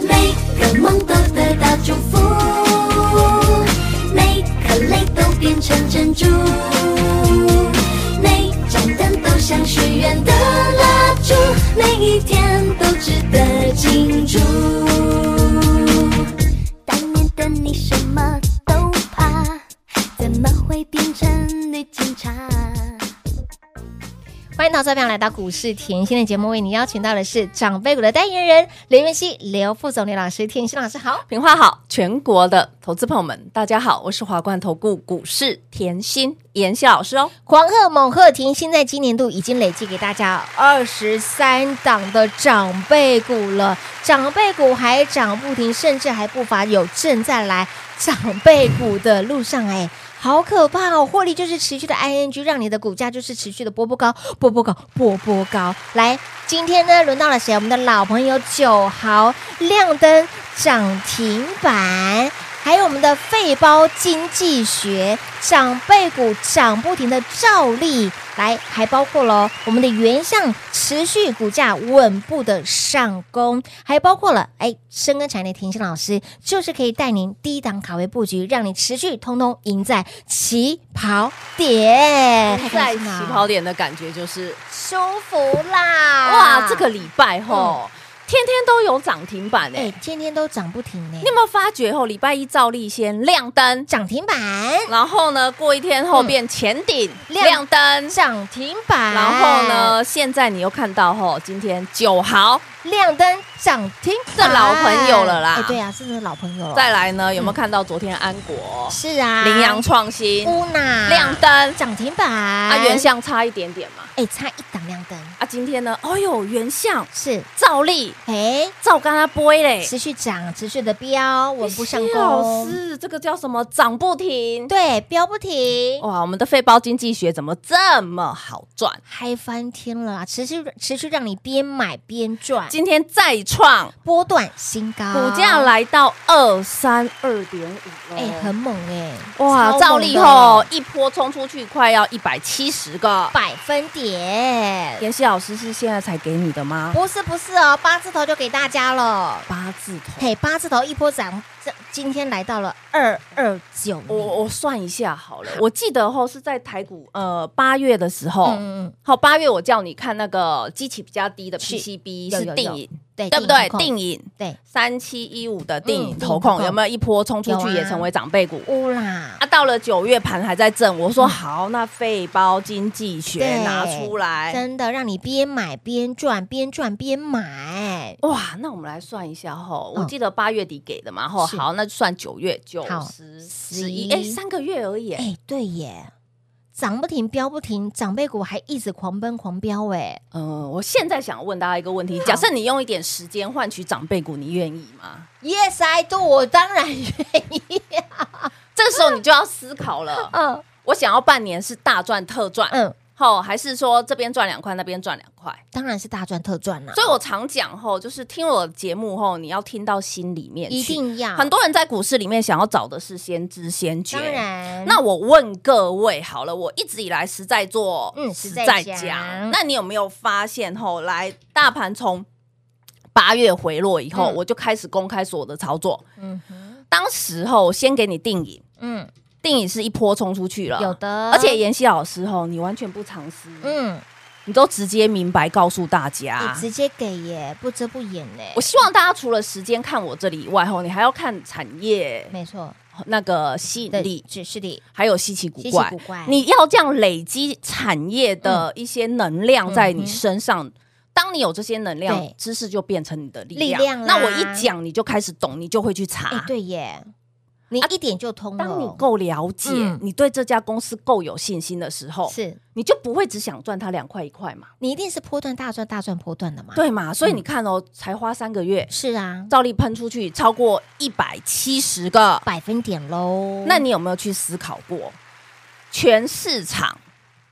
每个梦都得到祝福，每颗泪都变成珍珠，每盏灯都像许愿的蜡烛，每一天都值得庆祝。当年的你什么都怕，怎么会变成女警察？欢迎投资朋友来到股市甜心的节目，为你邀请到的是长辈股的代言人刘元熙、刘副总、刘老师、甜心老师好。平花好，全国的投资朋友们，大家好，我是华冠投顾股市甜心妍希老师哦。狂贺猛贺甜心在今年度已经累计给大家二十三档的长辈股了，长辈股还涨不停，甚至还不乏有正在来长辈股的路上哎。好可怕哦！获利就是持续的 ing，让你的股价就是持续的波波高、波波高、波波高。来，今天呢，轮到了谁？我们的老朋友九豪亮灯涨停板，还有我们的肺包经济学长辈股涨不停的照例，来，还包括喽我们的原相持续股价稳步的上攻，还包括了哎深耕产业的田心老师，就是可以带您低档卡位布局，让你持续通通赢在起跑点，哎太开在心了起跑点的感觉就是，舒服啦！哇，这个礼拜吼，天天都有涨停板哎、嗯哎、天天都涨不停呢、你有没有发觉吼？礼拜一照例先亮灯，涨停板、然后呢，过一天后哎嗯变前顶、亮哎亮灯，涨停板，然后呢，现在你又看到吼，今天九哦豪亮灯涨停板，这老朋友了啦哎、对啊，真的是老朋友了。再来呢，有没有看到昨天安国、是嗯啊，嗯哎羚羊创新、乌娜亮灯涨停板，啊啊，原相差一点点嘛？哎、差一档亮灯啊，今天呢，哦呦，原相是，照例哎、照刚他播嘞，持续涨，持续的飙，稳步上哎谢老攻，师，这个叫什么？涨不停。对，飙不停。哇，我们的肺包经济学怎么这么好赚？嗨翻天了啊！持续持续让你边买边赚，今天再创波段新高，股价来到二三二点五哎、很猛哎、超猛哇，的照例吼一波冲出去，快要一百七十个。百分点，妍希老师是现在才给你的吗？不是不是哦，八字头就给大家了。八字头，嘿，八字头一波涨，这今天来到了二二九我零。我算一下好了，我记得后是在台股呃八月的时候，嗯嗯，好，八月我叫你看那个机器比较低的是 PCB 有有是有哎定影，对，对不对？控定影对，三七一五的定影嗯定影投投控控有没有一波冲出有啊去也成为长辈股？乌啦，啊，到了九月盘还在震，我说好，那肺包经济学嗯对拿出来，真的让你边买边赚，边赚边买。哇，那我们来算一下吼，嗯我记得八月底给的嘛吼，是好，那就算九月九好十十十一一，哎，三个月而已，哎哎，对耶，涨不停，飙不停，长辈股还一直狂奔狂飙，哎，嗯，我现在想问大家一个问题：假设你用一点时间换取长辈股，你愿意吗？ Yes, I do，我当然愿意。。这个时候你就要思考了嗯我想要半年是大赚特赚，嗯，吼、还是说这边赚两块，那边赚两块？当然是大赚特赚啊啦，所以我常讲吼，就是听我的节目吼，你要听到心里面去。一定要。很多人在股市里面想要找的是先知先觉，当然，那我问各位好了，我一直以来实在做，嗯实在讲那你有没有发现吼？来，大盘从八月回落以后，嗯我就开始公开所有的操作。嗯哼当时候先给你定影，嗯，定影是一波冲出去了，有。的，呃而且妍希老师吼，你完全不藏私，嗯，你都直接明白告诉大你家。直接给耶，不遮不掩呢。啊我希望大家除了时间看我这里以外，吼，你还要看产业没错，那个吸引力，只是的，还有稀奇古稀奇怪古。怪。你要这样累积产业的一些能量在你身上。当你有这些能量嗯对，知识就变成你的力量。力量啦啊那我一讲，你就开始懂，你就会去查。哎哎，对耶，你一点就通了。啊当你够了解，嗯你对这家公司够有信心的时候，是你就不会只想赚它两块一块嘛，你一定是波段大赚大赚波段的嘛？，对嘛？所以你看哦，嗯才花三个月，是啊，照例喷出去超过一百七十个，百分点喽。那你有没有去思考过，全市场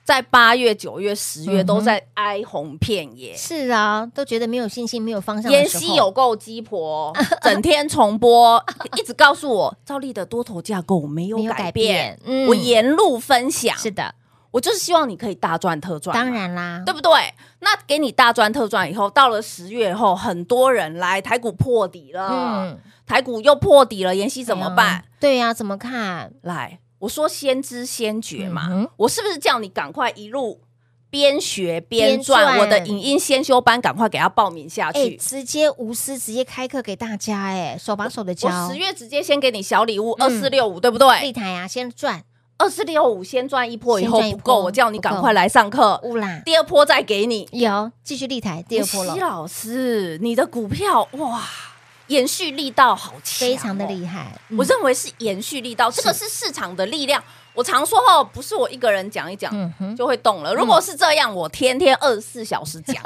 在八月、九月、十嗯月哼都在哀鸿遍野？是啊，都觉得没有信心，没有方向的妍时候。希有够鸡婆，哦 整天重播，一直告诉我照例的多头架构没有没有改改变变，嗯我沿路分享，是的，我就是希望你可以大赚特赚，当。然啦，对不对？那给你大赚特赚以后，到了十月后，很多人来台股破底了，嗯，台股又破底了，妍希啊怎么办？对呀、怎么看？来，我说先知先觉嘛，嗯哼我是不是叫你赶快一路边学边边赚？赚我的影音先修班赶快给它报名下哎、去。直接无私，直接开课给大家、哎，手把手的教。我十月直接先给你小礼物二嗯四六五，对不对？立台啊，先赚二四六五先赚一波，以后先赚一不够，波我叫你不够赶快来上课，乌啦，第二波再给你。有继续立台第二波妍希了，老师，你的股票哇，延续力道好强哦、非常的厉害。嗯我认为是延续力道，这个是市场的力量。我常说哦，不是我一个人讲一讲、嗯哼，就会动了。如果是这样，我天天二十四小时讲，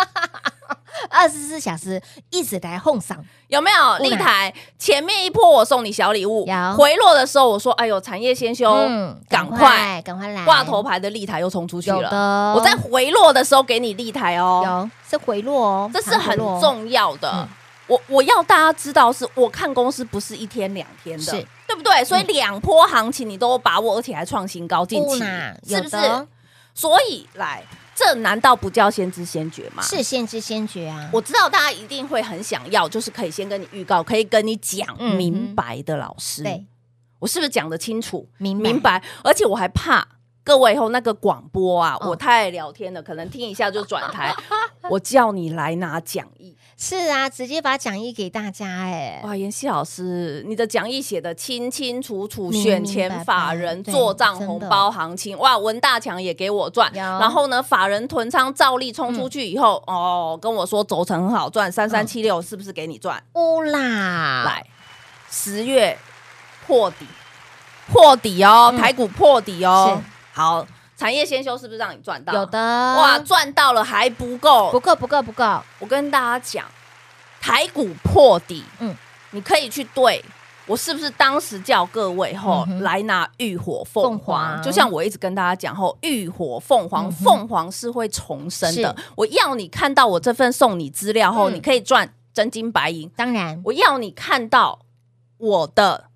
二十四小时一直来哄嗓，有 没有？不然立台前面一波我送你小礼物有，回落的时候我说，哎呦，产业先修，赶快嗯赶快来挂头牌的立台又冲出去有了。的，哦我在回落的时候给你立台哦，有是回落哦，这是很盘回落哦，重要的嗯。我我要大家知道是，我看公司不是一天两天的，是嗯对不对？所以两波行情你都有把握，而且还创新高，近不期啦是有不是？的所以来，这难道不叫先知先觉吗？是先知先觉啊，啊我知道大家一定会很想要，就是可以先跟你预告，可以跟你讲嗯哼明白的老师。对，我是不是讲得清楚？明白明白，而且我还怕各位以后那个广播啊，哦我太爱聊天了，可能听一下就转 台。我叫你来拿讲义，是啊，直接把讲义给大家哎，哇，妍希老师，你的讲义写的清清楚楚，明选明白前白法人对做账真的红包行情，哇，文大强也给我赚，有嗯然后呢，法人囤仓照例冲出去以后，哦，跟我说轴承很好赚，三三七六是不是给你赚？乌啦，来，十月破底，破底哦，嗯台股破底哦是，好，产业先修是不是让你赚到？有的哇，赚到了还不够，不够不够不够，我跟大家讲，台股破底，嗯嗯，你可以去对我是不是当时叫各位吼、嗯哼来拿浴火凤凤凰，凰就像我一直跟大家讲吼，浴火凤凰，嗯哼凤凰是会重生的。我要你看到我这份送你资料后，嗯你可以赚真金白银。当然我要你看到我的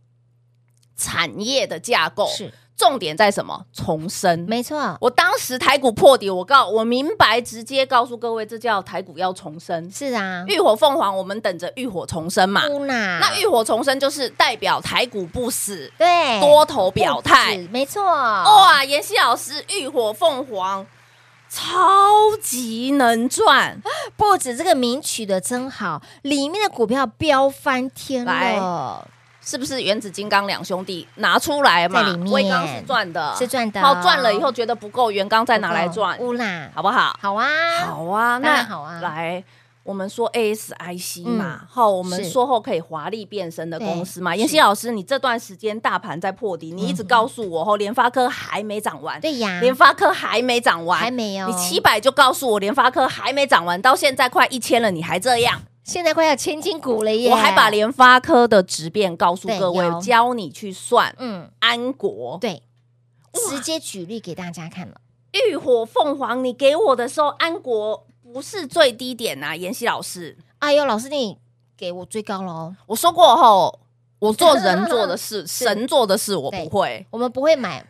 产业的架构，是重点在什么？重生。没错，我当时台股破底，我告我明白，直接告诉各位，这叫台股要重生。是啊，浴火凤凰，我们等着浴火重生嘛。乌啦，那浴火重生就是代表台股不死，对多头表态。是没错，哇，妍希老师，浴火凤凰超级能赚，不止这个名取的真好，里面的股票飙翻天了，是不是？原子金刚两兄弟拿出来嘛在里，面威刚是赚的，是赚的哦好，赚了以后觉得不够，原刚再拿来赚，乌啦，好不好？好啊， 好啊， 当那然好啊嗯来。我们说 ASIC 嘛，好、我们是说后可以华丽变身的公司嘛。对嗯妍希老师，你这段时间大盘在破底，你一直告诉我，哦，联发科还没涨完，对呀，联发科还没涨完，还没有你七百就告诉我联发科还没涨完，到现在快一千了，你还这样，现在快要千金股了耶，我还把联发科的值变告诉对各位，有教你去算嗯安国、对，直接举例给大家看了，浴火凤凰。你给我的时候，安国不是最低点呐、妍希老师。哎呦，老师你给我最高哦喽，我说过后，我做人做的 事，神做的事我不会，我们不会买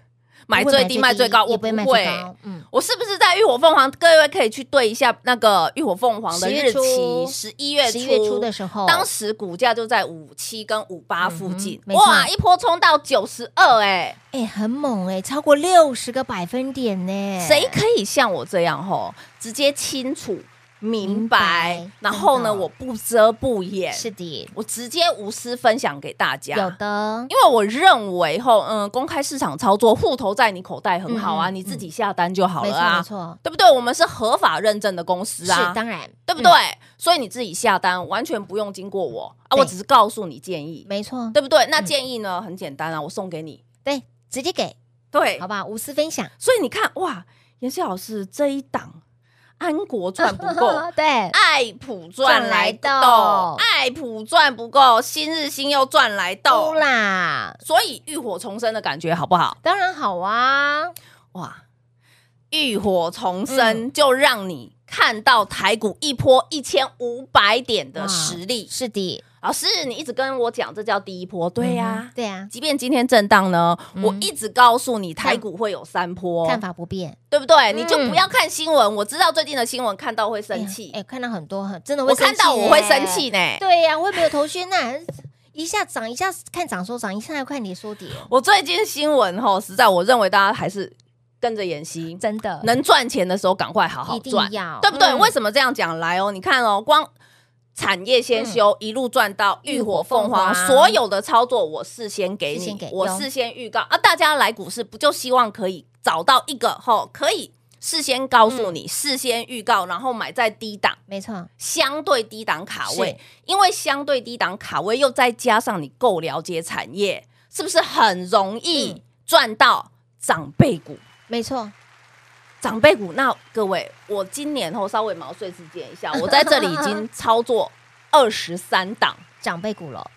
买不会最低卖最高，也我不不会卖最会高。，嗯，我是不是在浴火凤凰？各位可以去对一下那个浴火凤凰的日期，十一月十一月初的时候，当时股价就在五七跟五八附近，嗯哼没错哇，一波冲到九十二，哎，哎、很猛哎、超过六十个百分点呢、谁可以像我这样吼，直接清楚明明白，白然后呢，真的我不遮不掩，是的，我直接无私分享给大家，有的，因为我认为后，嗯，公开市场操作，户头在你口袋很好啊，嗯嗯你自己下单就好没了错没嗯啊，错，对不对？我们是合法认证的公司啊是，当然对对不对？所以你自己下单，完全不用经过我啊，对我只是告诉你建议，没错，对不对？那建议呢，很简单啊，我送给你。对，直接给，对好，吧，无私分享，。所以你看，哇，妍希老师这一档安国赚不够 哦对，爱普赚来赚来斗斗，爱普赚不够，新日新又赚来斗都，啦，所以浴火重生的感觉好不好？当然好啊，哇，浴火重生、嗯就让你看到台股一波一千五百点的实力。是的，老师，你一直跟我讲，这叫第一波，对呀、嗯对啊，即便今天震荡呢，嗯我一直告诉你台股会有三波，看法不变，对不对？嗯你就不要看新闻，我知道最近的新闻看到会生气，哎呀，哎看到很多，很真的会我生气看到我会生气耶，呢。对呀，我也没有头绪，那一下涨一下看涨说涨，一下看跌说跌，我最近新闻吼，实在我认为大家还是跟着妍希，真的，能赚钱的时候赶快好好一定赚，要对不对？嗯为什么这样讲？来哦，你看哦，光产业先修、一路赚到浴火凤嗯凰，浴火凤凰所有的操作我事先给事你，先给我有事先预告啊，大家来股市不就希望可以找到一个吼、可以事先告诉嗯你、事先预告，然后买在低档。没错，相对低档卡位是，因为相对低档卡位又再加上你够了解产业，是不是很容易嗯赚到长辈股？没错，长辈股，那各位，我今年后稍微毛遂自荐一 下，我在这里已经操作二十 三档，长辈股了，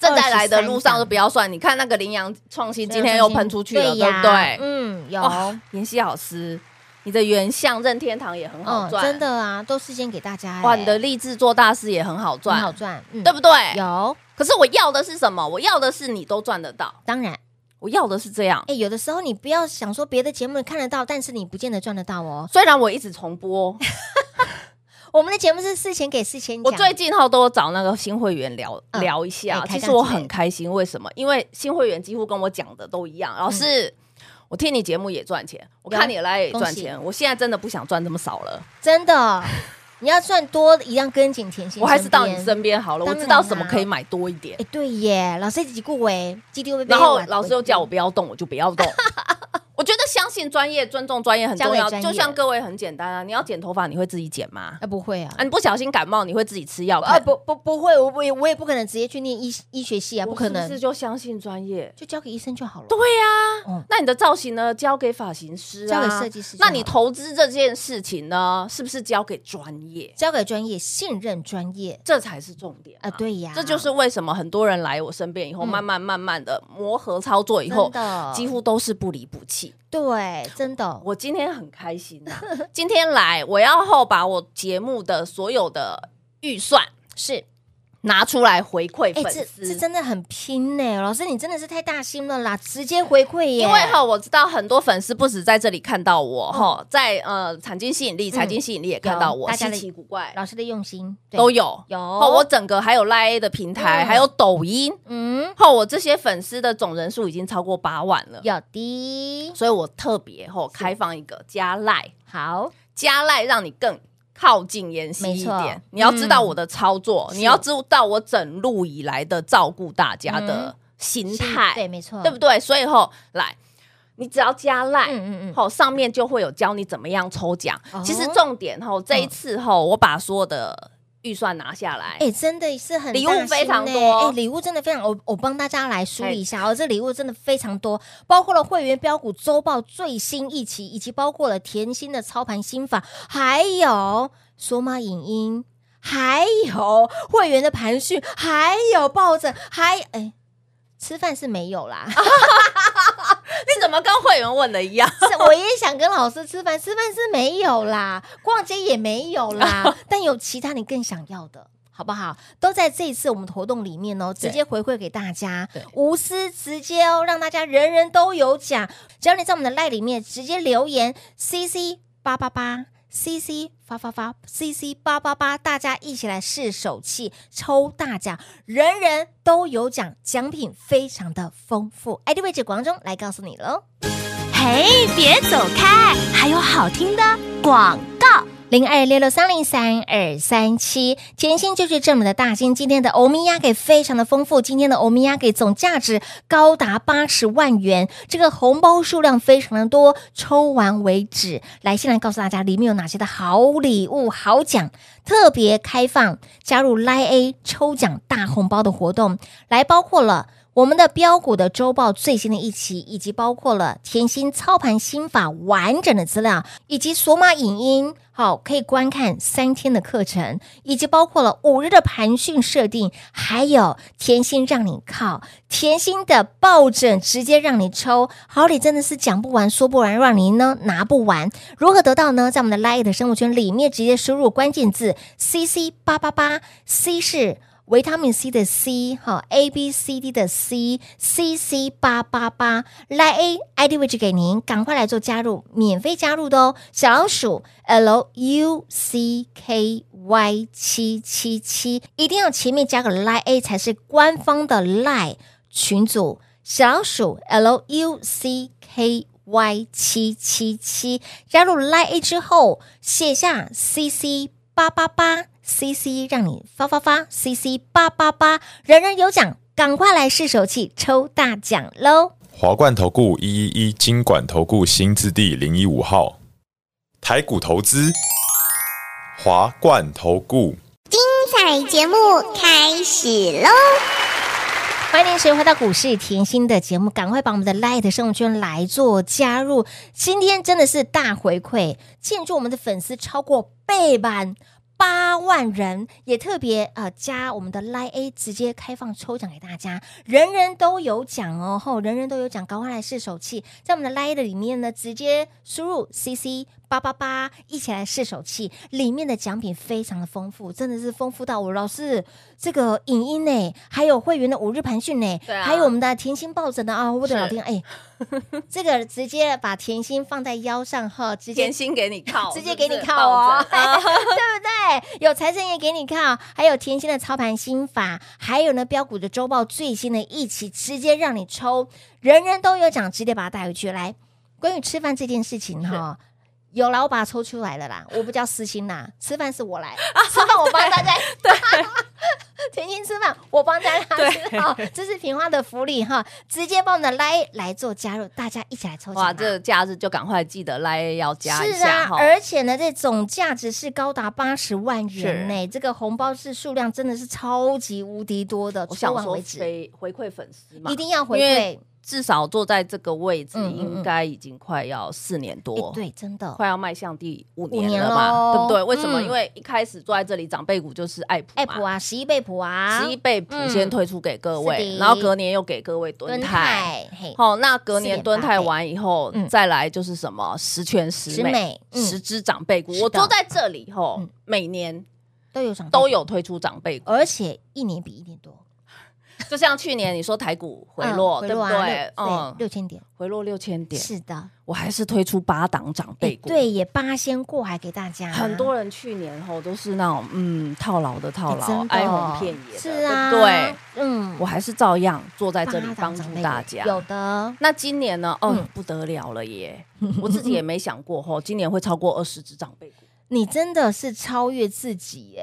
正在来的路23上档都不要算。你看那个羚羊创新今天又喷出去了，对呀不对？嗯，有。哦，妍希老师，你的原相任天堂也很好嗯，赚，真的啊，都事先给大家、欸，哇，你的励志做大事也很好很赚，好赚，嗯对不对？有，可是我要的是什么？我要的是你都赚得到，当然，我要的是这样。哎、有的时候你不要想说别的节目你看得到，但是你不见得赚得到哦。虽然我一直重播，我们的节目是事前给事前我讲，最近后都有找那个新会员聊、嗯聊一下哎，开杠其实我之类很开心。为什么？因为新会员几乎跟我讲的都一样。老嗯师，我听你节目也赚钱，我看你来也啊恭赚喜钱。我现在真的不想赚这么少了，真的，你要赚多一样跟紧甜心，我还是到你。身边好了。我当然知道什么啦可以买多一点哎、。对耶，老师几顾为，基地会被然后老师又叫我不要动，我就 不要动。我觉得相信专业、尊重专业很重交要。给专业就像各位很简单啊，你要剪头发，你会自己剪吗？啊，不会啊啊，，你不小心感冒，你会自己吃药啊看？不不不会，我我也我也不可能直接去念医医学系啊，不我可是能，是就相信专业。就交给医生就好了。对呀、嗯那你的造型呢，交给发型师、啊，交给设计师就好那你投资这件事情呢，是不是交给专业？交给专业，信任专业这才是重点啊，对呀，嗯这就是为什么很多人来我身边以后，慢慢慢慢的磨合操作以后真，的几乎都是不离不弃。对，真的，我今天很开心 啊！今天来，我要后把我节目的所有的预算是拿出来回馈哎、粉这丝。这真的很拼呢、老师你真的是太大心了啦，直接回馈耶！因为哈，我知道很多粉丝不止在这里看到我哈，在呃产经吸引力、财经吸引力也看到嗯有我，大家稀的奇古怪老师的用心对都有。有，哦，我整个还有 Line 的平台，嗯还有抖音，嗯后我这些粉丝的总人数已经超过八万了，有的所以我特别吼开放一个加赖，好，加赖让你更靠近妍希一没错点。你要知道我的操作，嗯你要知道我整路以来的照顾大家的心态，嗯对，没错，对不对？所以吼来，你只要加赖，嗯嗯嗯，好，上面就会有教你怎么样抽奖。哦其实重点吼，这一次吼，我把所有的预算拿下来哎、，真的是很礼物大心非常呢多哎、礼物真的非常，我我帮大家来梳理一下哦，这礼物真的非常多，包括了会员标股周报最新一期，以及包括了甜心的操盘心法，还有索马影音。还有会员的盘讯，还有抱枕，还哎、吃饭是没有啦，你怎么跟会员问的 一样？是我也想跟老师吃饭，吃饭是没有啦，逛街也没有啦，但有其他你更想要的。好不好？都在这一次我们活动里面哦，直接回馈给大家对，无私直接哦，让大家人人都有奖。只要你在我们的 line 里面直接留言 CC 八八八 CC 发发发 CC 八八八，大家一起来试手气抽大奖，人人都有奖，奖品非常的丰富。ID 位置广中来告诉你喽。嘿，别走开，还有好听的广告。零二六六三零三二三七。甜心就是这么的大心，今天的欧米亚给非常的丰富，今天的欧米亚给总价值高达八十万元，这个红包数量非常的多，抽完为止。来，先来告诉大家里面有哪些的好礼物、好奖，特别开放加入 Line A 抽奖大红包的活动，来包括了。我们的标股的周报最新的一期，以及包括了甜心操盘心法完整的资料，以及索马影音，好可以观看三天的课程，以及包括了五日的盘讯设定，还有甜心让你靠甜心的抱枕直接让你抽，好礼真的是讲不完说不完，让您呢拿不完。如何得到呢？在我们的 Light 生活圈里面直接输入关键字 CC 八八八，C 是。维他命 C 的 C 哈，A B C D 的 C C C 八八八，来 A ID 位置给您，赶快来做加入，免费加入的哦。小老鼠 L U C K Y 七七七，一定要前面加个 Line A 才是官方的 Line 群组。小老鼠 L U C K Y 七七七，加入 Line A 之后，写下 C C 八八八。C C 让你发发发，C C 八八八，人人有奖，赶快来试手气抽大奖喽！华冠投顾一一一金管投顾新字第零一五号，台股投资，华冠投顾。彩节目开始喽！欢迎谁回到股市甜心的节目，赶快把我们的 Light 生活圈来做加入。今天真的是大回馈，庆祝我们的粉丝超过倍版八万人，也特别呃加我们的 Light A 直接开放抽奖给大家，人人都有奖哦，吼，人人都有奖，赶快来试手气，在我们的 Light 里面呢，直接输入 CC。八八八，一起来试手气，里面的奖品非常的丰富，真的是丰富到我老师这个影音呢，还有会员的五日盘讯呢，对啊还有我们的甜心抱枕呢啊，我的是老天，哎， 这个直接把甜心放在腰上哈，直接甜心给你靠，直接给你靠啊哦！ 对不对？有财神爷给你看，还有甜心的操盘心法，还有呢标股的周报最新的一期，直接让你抽，人人都有奖，直接把它带回去。来，关于吃饭这件事情哈。 有啦，我把它抽出来了啦，我不叫私心啦，吃饭是我来，吃饭我帮大家，对， 甜心吃饭我帮大家吃，哦，这是平花的福利哈，直接帮我们的来来做加入，大家一起来抽奖吧。啊哇，这个假日就赶快记得来要加一是下啊哈，，而且呢，这总价值是高达八十万元是呢、这个红包是数量真的是超级无敌多的，我抽想完说为止，回回馈粉丝嘛，一定要回因为馈。至少坐在这个位置，嗯嗯嗯应该已经快要四年多哎，对，真的快要迈向第五五年了年咯嘛，对不对？为什么？嗯因为一开始坐在这里，长辈股就是爱普嘛，爱普啊，十一倍普啊，十一倍普嗯先推出给各是位，的然后隔年又给各位蹲吨泰。泰，嘿，好，那隔年蹲泰4.8倍完以后嗯，再来就是什么十全十十美、美，十嗯，只长辈股是。的我坐在这里后嗯，每年都有涨，都，有推出长辈股，而且一年比一年多，就像去年你说台股回嗯落，回对不落啊，对？六嗯，六千点，回落六千点，是的，我还是推出八档长辈股。对，也八仙过海给大家，很多人去年后都是那种嗯套牢的套哎真牢，的哀鸿遍野的，是啊，对不对，嗯，我还是照样坐在在这里帮助大家。有的，那今年呢？哦，嗯不得了了 耶！我自己也没想过吼，今年会超过二十只长辈股。你真的是超越自己耶！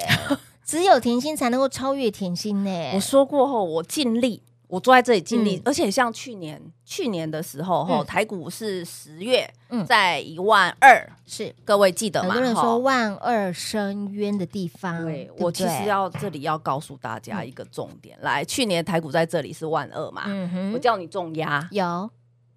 只有甜心才能够超越甜心呢。我说过后，我尽力，我坐在这里尽力哎嗯。而且像去年，去年的时候吼，嗯台股是十月嗯在一万二，是各位记得很吗？多人说吼万恶深渊的地方，对不我其实要这里要告诉大家一个重点，来，去年台股在这里是万二嘛，嗯我哼，叫你重压，有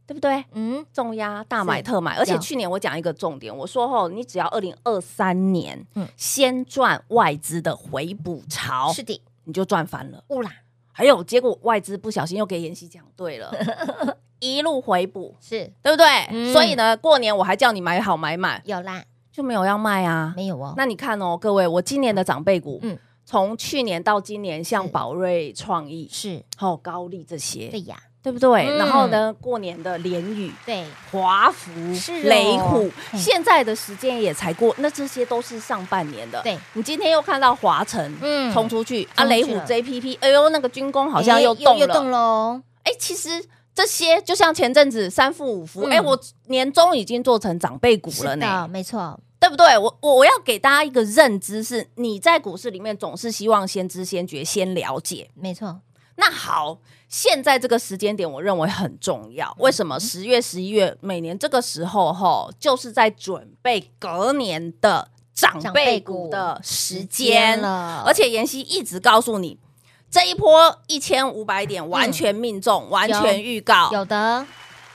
对不对？嗯重压大是买特买，而且要去年我讲一个重点，我说吼，你只要二零二三年，嗯先赚外资的回补潮，是的，你就赚翻了。乌啦还有结果外资不小心又给妍希讲 对了，一路回补，是对不对？嗯所以呢，过年我还叫你买好买满，有啦，就没有要卖啊。没有哦，那你看哦，各位，我今年的长辈股，嗯从去年到今年，像是宝瑞、创意、是还有高丽这些，对呀，对不对？嗯然后呢，过年的联宇。对，华孚、是哦雷虎，嘿现在的时间也才过，那这些都是上半年的。对，你今天又看到华晨，嗯冲出冲去出去啊，了雷虎 JPP，哎呦，那个军工好像又哎动又了动。喽，哎，其实这些就像前阵子三富五福，嗯哎，我年终已经做成长辈股了是呢的，。没错，对不对？我我我要给大家一个认知是，你在股市里面总是希望先知先觉，先了解。没错，那好，现在这个时间点，我认为很重嗯要。为什么？十月、十一月，每年这个时候，吼，就是在准备隔年的长长辈辈股股的时时间间了而且妍希一直告诉你，这一波一千五百点完全命中，完全预告。嗯有的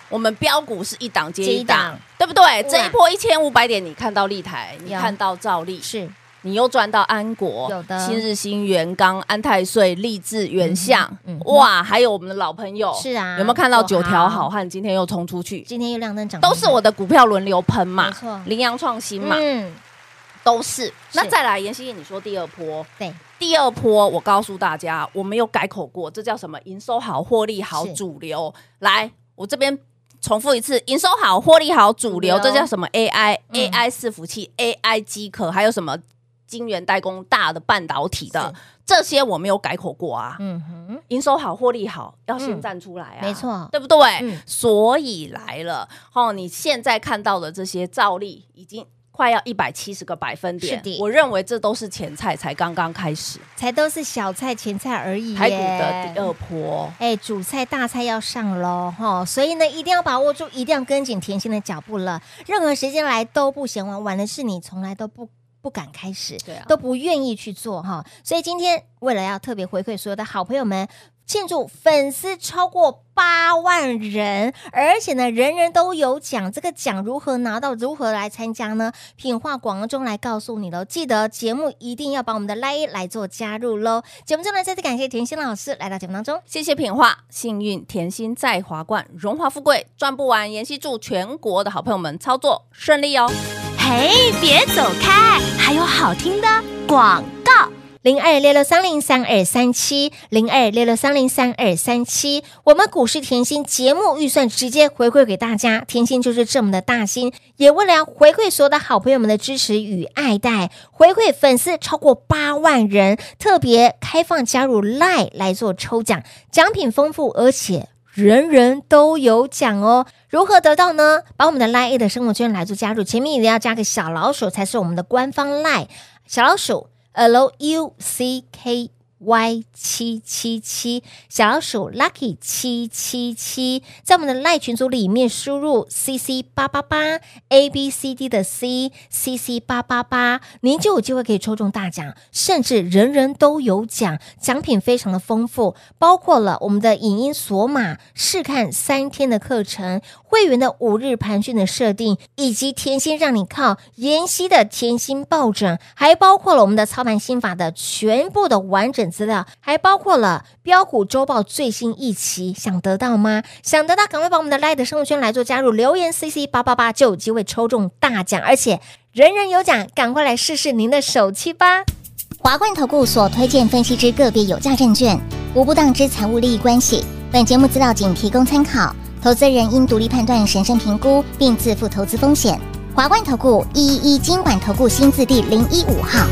我们标股是一档接接一一档档，对不对？这一波一千五百点，你看到立台，你有看到兆利，是你又赚到安国、有的新日新、元刚、安泰税、立志、元相，嗯哼哇，还有我们的老朋友，是啊哦有没有看到九条九好豪汉今天又冲出去？今天又亮灯涨停都板，是我的股票轮流喷嘛没错，羚羊创新嘛，嗯，都是。那再来，妍希，你说第二波，对，第二波，我告诉大家，我没有改口过，这叫什么？营收好，获利好，是主流。来，我这边重复一次，营收好，获利好，主流，主这流叫什么？AI、嗯 AI 伺服器、AI 机壳，还有什么晶圆代工、大的半导体的这些，我没有改口过啊。嗯哼，营收好，获利好，要先嗯站出来啊，没错对不对？嗯所以来了，哦，你现在看到的这些照例已经。快要一百七十个百分点是的，我认为这都是前菜，才刚刚开始。才都是小菜前菜而已耶，台股的第二波，哎，主菜大菜要上喽哈，所以呢，一定要把握住，一定要跟紧甜心的脚步了。任何时间来都不嫌晚，晚的是你从来都不不敢开始，对啊都不愿意去做哈。所以今天为了要特别回馈所有的好朋友们。庆祝粉丝超过八万人，而且呢，人人都有奖。这个奖如何拿到，如何来参加呢？品化广告中来告诉你喽。记得节目一定要把我们的 Line 来做加入喽。节目中呢，再次感谢甜心老师来到节目当中。谢谢品画，幸运甜心在华冠，荣华富贵赚不完。妍希祝全国的好朋友们操作顺利哦。嘿，别走开，还有好听的广告。零二六六三零三二三七，零二六六三零三二三七。我们股市甜心节目预算直接回馈给大家，甜心就是这么的大心，也为了要回馈所有的好朋友们的支持与爱戴，回馈粉丝超过八万人，特别开放加入 Line 来做抽奖，奖品丰富，而且。人人都有奖哦。如何得到呢？把我们的 Line 的生活圈来做加入，前面一定要加个小老鼠才是我们的官方 Line。小老鼠 L U C K Y 七七七，小老鼠 Lucky 七七七，在我们的赖群组里面输入 C C 八八八 A B C D 的 C C C 八八八，您就有机会可以抽中大奖，甚至人人都有奖，奖品非常的丰富，包括了我们的影音索马试看三天的课程，会员的五日盘讯的设定，以及甜心让你靠妍希的甜心抱枕，还包括了我们的操盘心法的全部的完整资料，还包括了标股周报最新一期。想得到吗？想得到，赶快把我们的 Light 生活圈来做加入，留言 CC 八八八就有机会抽中大奖，而且人人有奖，赶快来试试您的手气吧！华冠投顾所推荐分析之个别有价证券，无不当之财务利益关系。本节目资料仅提供参考，投资人应独立判断、审慎评估，并自负投资风险。华冠投顾一一一金管投顾新字第零一五号。